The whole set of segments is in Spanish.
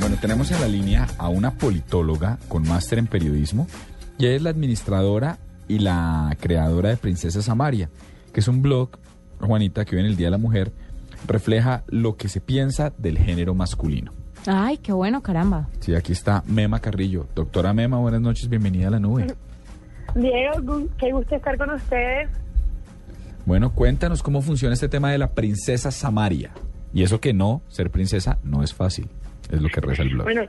Bueno, tenemos en la línea a una politóloga con máster en periodismo y ella es la administradora y la creadora de Princesa Samaria, que es un blog, Juanita, que hoy en el Día de la Mujer refleja lo que se piensa del género masculino. Ay, qué bueno, caramba. Sí, aquí está Mema Carrillo. Doctora Mema, buenas noches, bienvenida a la nube. Diego, gu- qué gusto estar con ustedes. Bueno, cuéntanos cómo funciona este tema de la princesa Samaria. Y eso que no, ser princesa no es fácil, es lo que reza el blog. Bueno,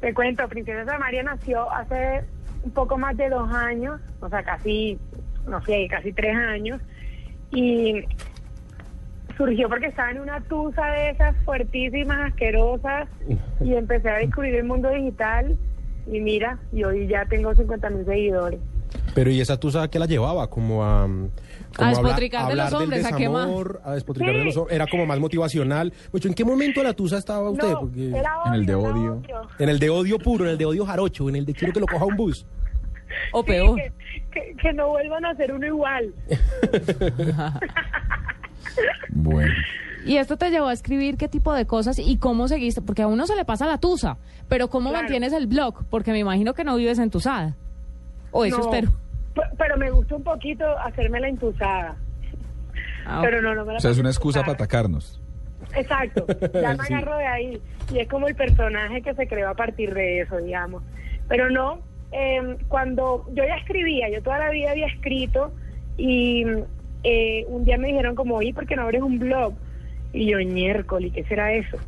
te cuento, Princesa Samaria nació hace un poco más de dos años, o sea, casi, no sé, casi tres años, y surgió porque estaba en una tusa de esas fuertísimas, asquerosas, y empecé a descubrir el mundo digital, y mira, y hoy ya tengo 50 mil seguidores. Pero y esa tusa que la llevaba como a mm, como A habla- despotricar de los hablar hombres, ¿a del qué más? desamor, a despotricar de Sí. los hombres, era como más motivacional. Mucho, ¿en qué momento la tusa estaba usted? No, Porque- era en el de era odio. en el de odio puro, en el de odio jarocho, en el de quiero que lo coja un bus. O Sí, peor. que, que- que no vuelvan a ser uno igual. Bueno, ¿Y esto te llevó a escribir qué tipo de cosas y cómo seguiste? Porque a uno se le pasa la tusa, pero ¿cómo Claro. mantienes el blog? Porque me imagino que no vives en tusada. O Pues eso No, espero. pe- Pero me gusta un poquito hacerme la intusada. Ah, Pero no, no me la o sea, es paso una excusa para intusada. atacarnos. Exacto, ya me agarro de ahí. Y es como el personaje que se creó a partir de eso, digamos. Pero no, eh, cuando yo ya escribía, yo toda la vida había escrito y eh, un día me dijeron como, oye, ¿por qué no abres un blog? Y yo, miércoles, ¿qué será eso?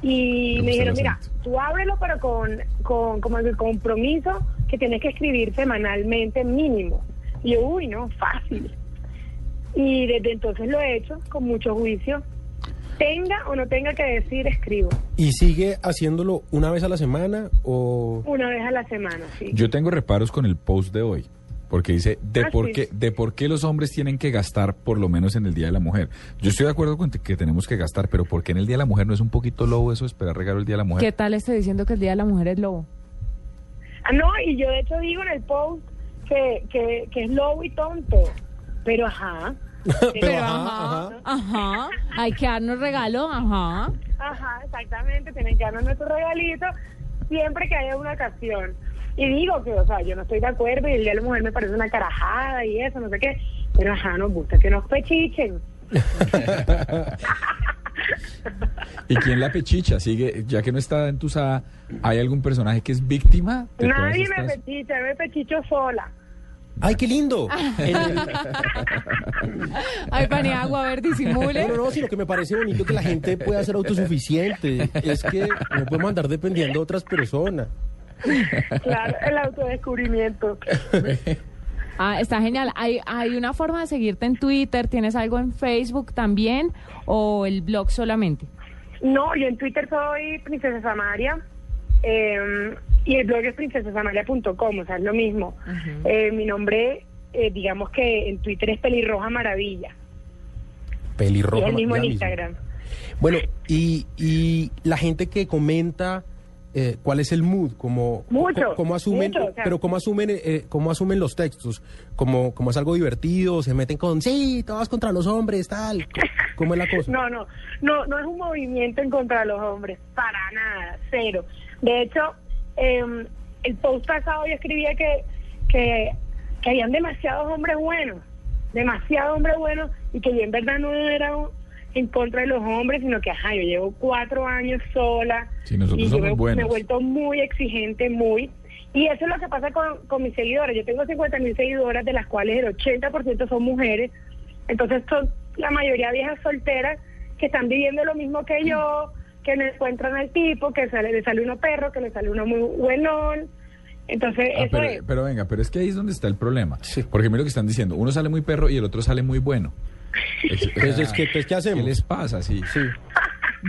Y Me gusta me el dijeron, mira, acento. tú ábrelo, pero con, con como el compromiso que tienes que escribir semanalmente mínimo. Y yo, uy, no, fácil. Y desde entonces lo he hecho con mucho juicio. Tenga o no tenga que decir, escribo. ¿Y sigue haciéndolo una vez a la semana o Una vez a la semana, sí. Yo tengo reparos con el post de hoy, porque dice de Ah, sí. por qué de por qué los hombres tienen que gastar por lo menos en el Día de la Mujer. Yo estoy de acuerdo con que tenemos que gastar, pero ¿por qué en el Día de la Mujer no es un poquito lobo eso de esperar regalo el Día de la Mujer? ¿Qué tal esté diciendo que el Día de la Mujer es lobo? Ah, no, y yo de hecho digo en el post que, que, que es lobo y tonto. Pero ajá. Pero ajá, ajá, Hay que darnos regalo, ajá. Ajá, exactamente, tienen que darnos nuestro regalito siempre que haya una ocasión. Y digo que, o sea, yo no estoy de acuerdo y el día de la mujer me parece una carajada y eso, no sé qué, pero ajá, nos gusta que nos pechichen. ¿Y quién la pechicha? Sigue, ya que no está entusada, ¿hay algún personaje que es víctima de todas Nadie me estas? pechicha, yo me pechicho sola. ¡Ay, qué lindo! En el- Ay, Paniagua, a ver, disimule. No, no, no, sino que me parece bonito que la gente pueda ser autosuficiente. Es que no podemos andar dependiendo de otras personas. Claro, el autodescubrimiento. Ah, está genial. ¿Hay, ¿Hay una forma de seguirte en Twitter? ¿Tienes algo en Facebook también? ¿O el blog solamente? No, yo en Twitter soy Princesa Samaria eh, y el blog es princesasamaria.com, o sea, es lo mismo. Eh, mi nombre, eh, digamos que en Twitter es Pelirroja Maravilla, y Pelirroja. es el mismo ya en mismo. Instagram. Bueno, y, y la gente que comenta eh, cuál es el mood, como Mucho, co- cómo asumen, mucho, o sea. pero cómo asumen, eh, cómo asumen los textos, como como es algo divertido, se meten con sí, todas contra los hombres, tal, co- cómo es la cosa. No, no, no, no es un movimiento en contra de los hombres, para nada, cero. De hecho, eh, el post pasado yo escribía que, que, que habían demasiados hombres buenos, demasiados hombres buenos, y que yo en verdad no era un- en contra de los hombres, sino que, ajá, yo llevo cuatro años sola, Sí, nosotros y yo somos me, buenos. me he vuelto muy exigente, muy... Y eso es lo que pasa con, con mis seguidoras. Yo tengo 50 mil seguidoras, de las cuales el 80% son mujeres. Entonces son la mayoría viejas solteras que están viviendo lo mismo que yo, que no encuentran al tipo, que sale, le sale uno perro, que le sale uno muy buenón. Entonces, Ah, eso es. pero, pero venga, pero es que ahí es donde está el problema. Porque mira lo que están diciendo, uno sale muy perro y el otro sale muy bueno. Pues Entonces, ¿qué, entonces, ¿qué ¿Qué hacemos? les pasa? Sí. Sí.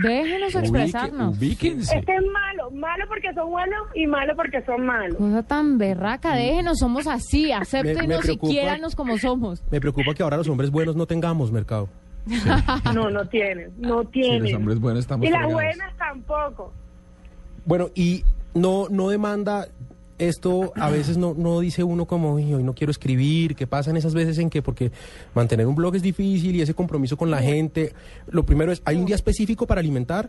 Déjenos expresarnos. ubíquense. Este es malo, malo porque son buenos y malo porque son malos. Cosa tan berraca, déjenos, somos así, acéptenos y preocupa- quiéranos como somos. Me preocupa que ahora los hombres buenos no tengamos mercado. No, no tienen, no tienen. los hombres buenos estamos Y las fregados. buenas tampoco. Bueno, y no, no demanda esto, a veces no, no dice uno como, "Uy, hoy no quiero escribir, ¿qué pasan esas veces en que? Porque mantener un blog es difícil y ese compromiso con la gente. Lo primero es, ¿hay un día específico para alimentar?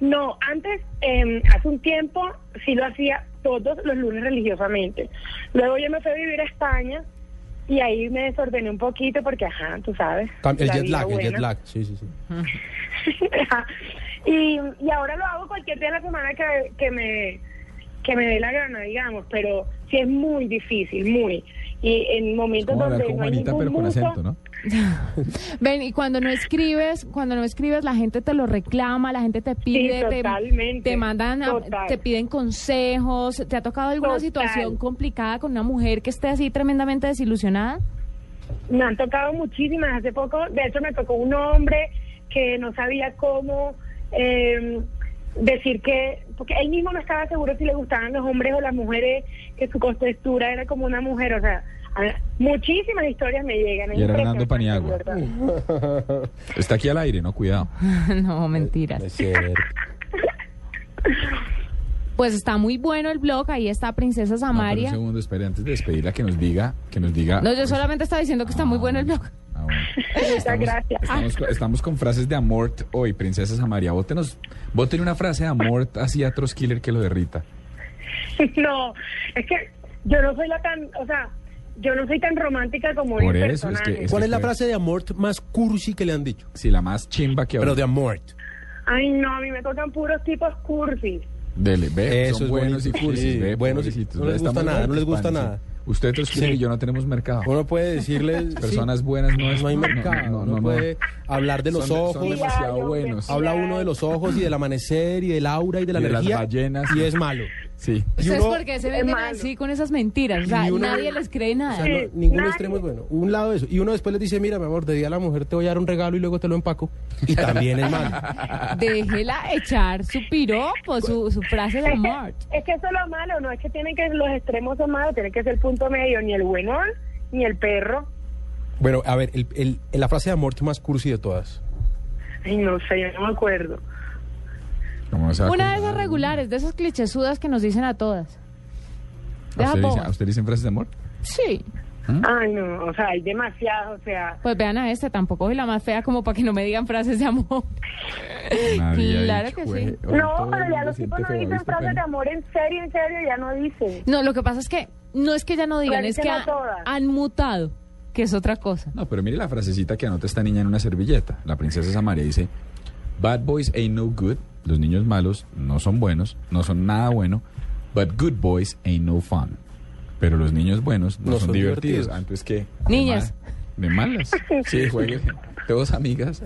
No, antes, eh, hace un tiempo, sí lo hacía todos los lunes religiosamente. Luego yo me fui a vivir a España y ahí me desordené un poquito porque, ajá, tú sabes. Cam- El la jet vida lag, el jet buena. lag. Sí, sí, sí. Ajá. y, y ahora lo hago cualquier día de la semana que, que me que me dé la gana, digamos, pero sí es muy difícil, muy. Y en Es momentos como hablar donde con no hay Juanita, ningún pero con mundo, acento, ¿no? Ven, y cuando no escribes, cuando no escribes, la gente te lo reclama, la gente te pide, te- te, totalmente. mandan, a- Total. te piden consejos. ¿Te ha tocado alguna Total. situación complicada con una mujer que esté así tremendamente desilusionada? Me han tocado muchísimas. Hace poco, de hecho, me tocó un hombre que no sabía cómo eh, decir que. Porque él mismo no estaba seguro si le gustaban los hombres o las mujeres, que su contextura era como una mujer. O sea, a- muchísimas historias me llegan. es Y era Hernando Paniagua. impresionante, de verdad. Está aquí al aire, ¿no? Cuidado. Ah, no, mentiras. Es cierto. Pues está muy bueno el blog, ahí está Princesa No, pero un Samaria. No, segundo, espere, antes de despedirla, que nos diga, que nos diga... yo solamente estaba diciendo que está muy bueno el blog. Ah, bueno. Muchas gracias. Estamos, con- estamos con frases de Amort hoy, Princesa Samaria. Bótenos, bótenle una frase de Amort así a Troskiller que lo derrita. No, es que yo no soy la tan. O sea, yo no soy tan romántica como Por el eso, es que- personaje. es- ¿Cuál es la fue- frase de Amort más cursi que le han dicho? Si la más chimba que Pero ahora- de Amort. Ay, no, a mí me tocan puros tipos cursis. Dele, ve, Eso son es buenos bonito. y cursis, Sí, ve, buenos y- pobrecitos, no ve, les gusta estamos nada, raros, no les gusta Pancho. nada. Usted, Troskiller y yo no tenemos mercado. Uno puede decirle... Personas buenas no es... No hay no, mercado, no, no, no, uno no. puede hablar de los Son de- ojos. Son demasiado Sí, hay buenos. hombres. Habla uno de los ojos y del amanecer y del aura y de la Y de las energía. ballenas. Y es malo. Sí. Y ¿Ustedes uno- por qué se Es venden malo. así con esas mentiras? O sea, Y uno- nadie les cree nada. O sea, Sí, no- ningún nadie. extremo es bueno. Un lado de eso. Y uno después les dice, mira, mi amor, de día a la mujer te voy a dar un regalo y luego te lo empaco. Y también es malo. Déjela echar su piropo, su, su frase de Es que- amor. Es que eso es lo malo, no es que tienen que los extremos son malos, tiene que ser el punto medio, ni el buenón, ni el perro. Bueno, a ver, el- el- el- la frase de amor más cursi de todas. Ay, no sé, yo no me acuerdo. ¿Cómo no se va a Una de acordar? esas regulares, de esas clichesudas que nos dicen a todas. ¿A Deja usted, dice, bobas. ¿A usted dicen frases de amor? Sí. ¿Mm? Ay, no, o sea, hay demasiado, o sea, Pues vean a este, tampoco soy la más fea como para que no me digan frases de amor. Nadie ha Claro dicho, que güey. sí. Hoy todo no, el pero ya mundo los siente tipos no feo, dicen ¿viste, frases de Penny? amor en serio, en serio, ya no dicen. No, lo que pasa es que no es que ya no digan, Claro, es que que no ha- todas. han mutado, que es otra cosa. No, pero mire la frasecita que anota esta niña en una servilleta. La princesa Samaria dice, Bad boys ain't no good. Los niños malos no son buenos, no son nada bueno. But good boys ain't no fun. Pero los niños buenos no, No son, son divertidos. divertidos. Ah, Entonces, ¿qué? Niñas. De ma- de malas. Sí, jueguen. Todos amigas.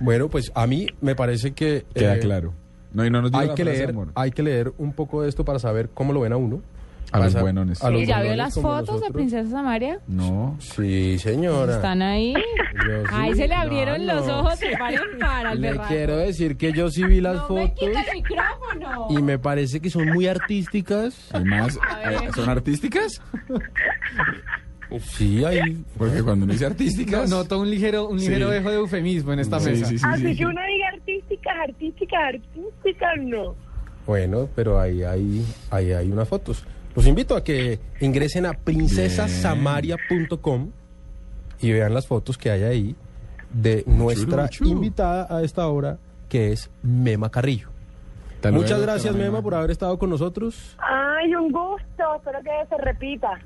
Bueno, pues a mí me parece que... Queda eh, claro. No, y no nos diga Hay la que, frase de leer, amor. hay que leer un poco de esto para saber cómo lo ven a uno. A los Para sa- buenones. a los ¿Ya vio buenones las como fotos de nosotros. Princesa Samaria? No. Sí, señora. Están ahí. Yo Ahí sí. se le abrieron No, los no. ojos de par en par al Le berraco. quiero decir que yo sí vi las No me fotos quita el micrófono. y me parece que son muy artísticas. Además, ver. eh, ¿son artísticas? Sí, ahí. Porque cuando uno dice artísticas... Noto un ligero, un ligero Sí. dejo de eufemismo en esta Sí, mesa. sí, sí, Así Ah, sí, sí. que uno diga artísticas, artísticas, artísticas, no. Bueno, pero ahí hay, ahí hay unas fotos. Los invito a que ingresen a princesasamaria.com y vean las fotos que hay ahí de nuestra Churu, churu. invitada a esta hora, que es Mema Carrillo. Hasta luego, Muchas gracias, Mema. Mema, por haber estado con nosotros. Ay, un gusto, espero que se repita.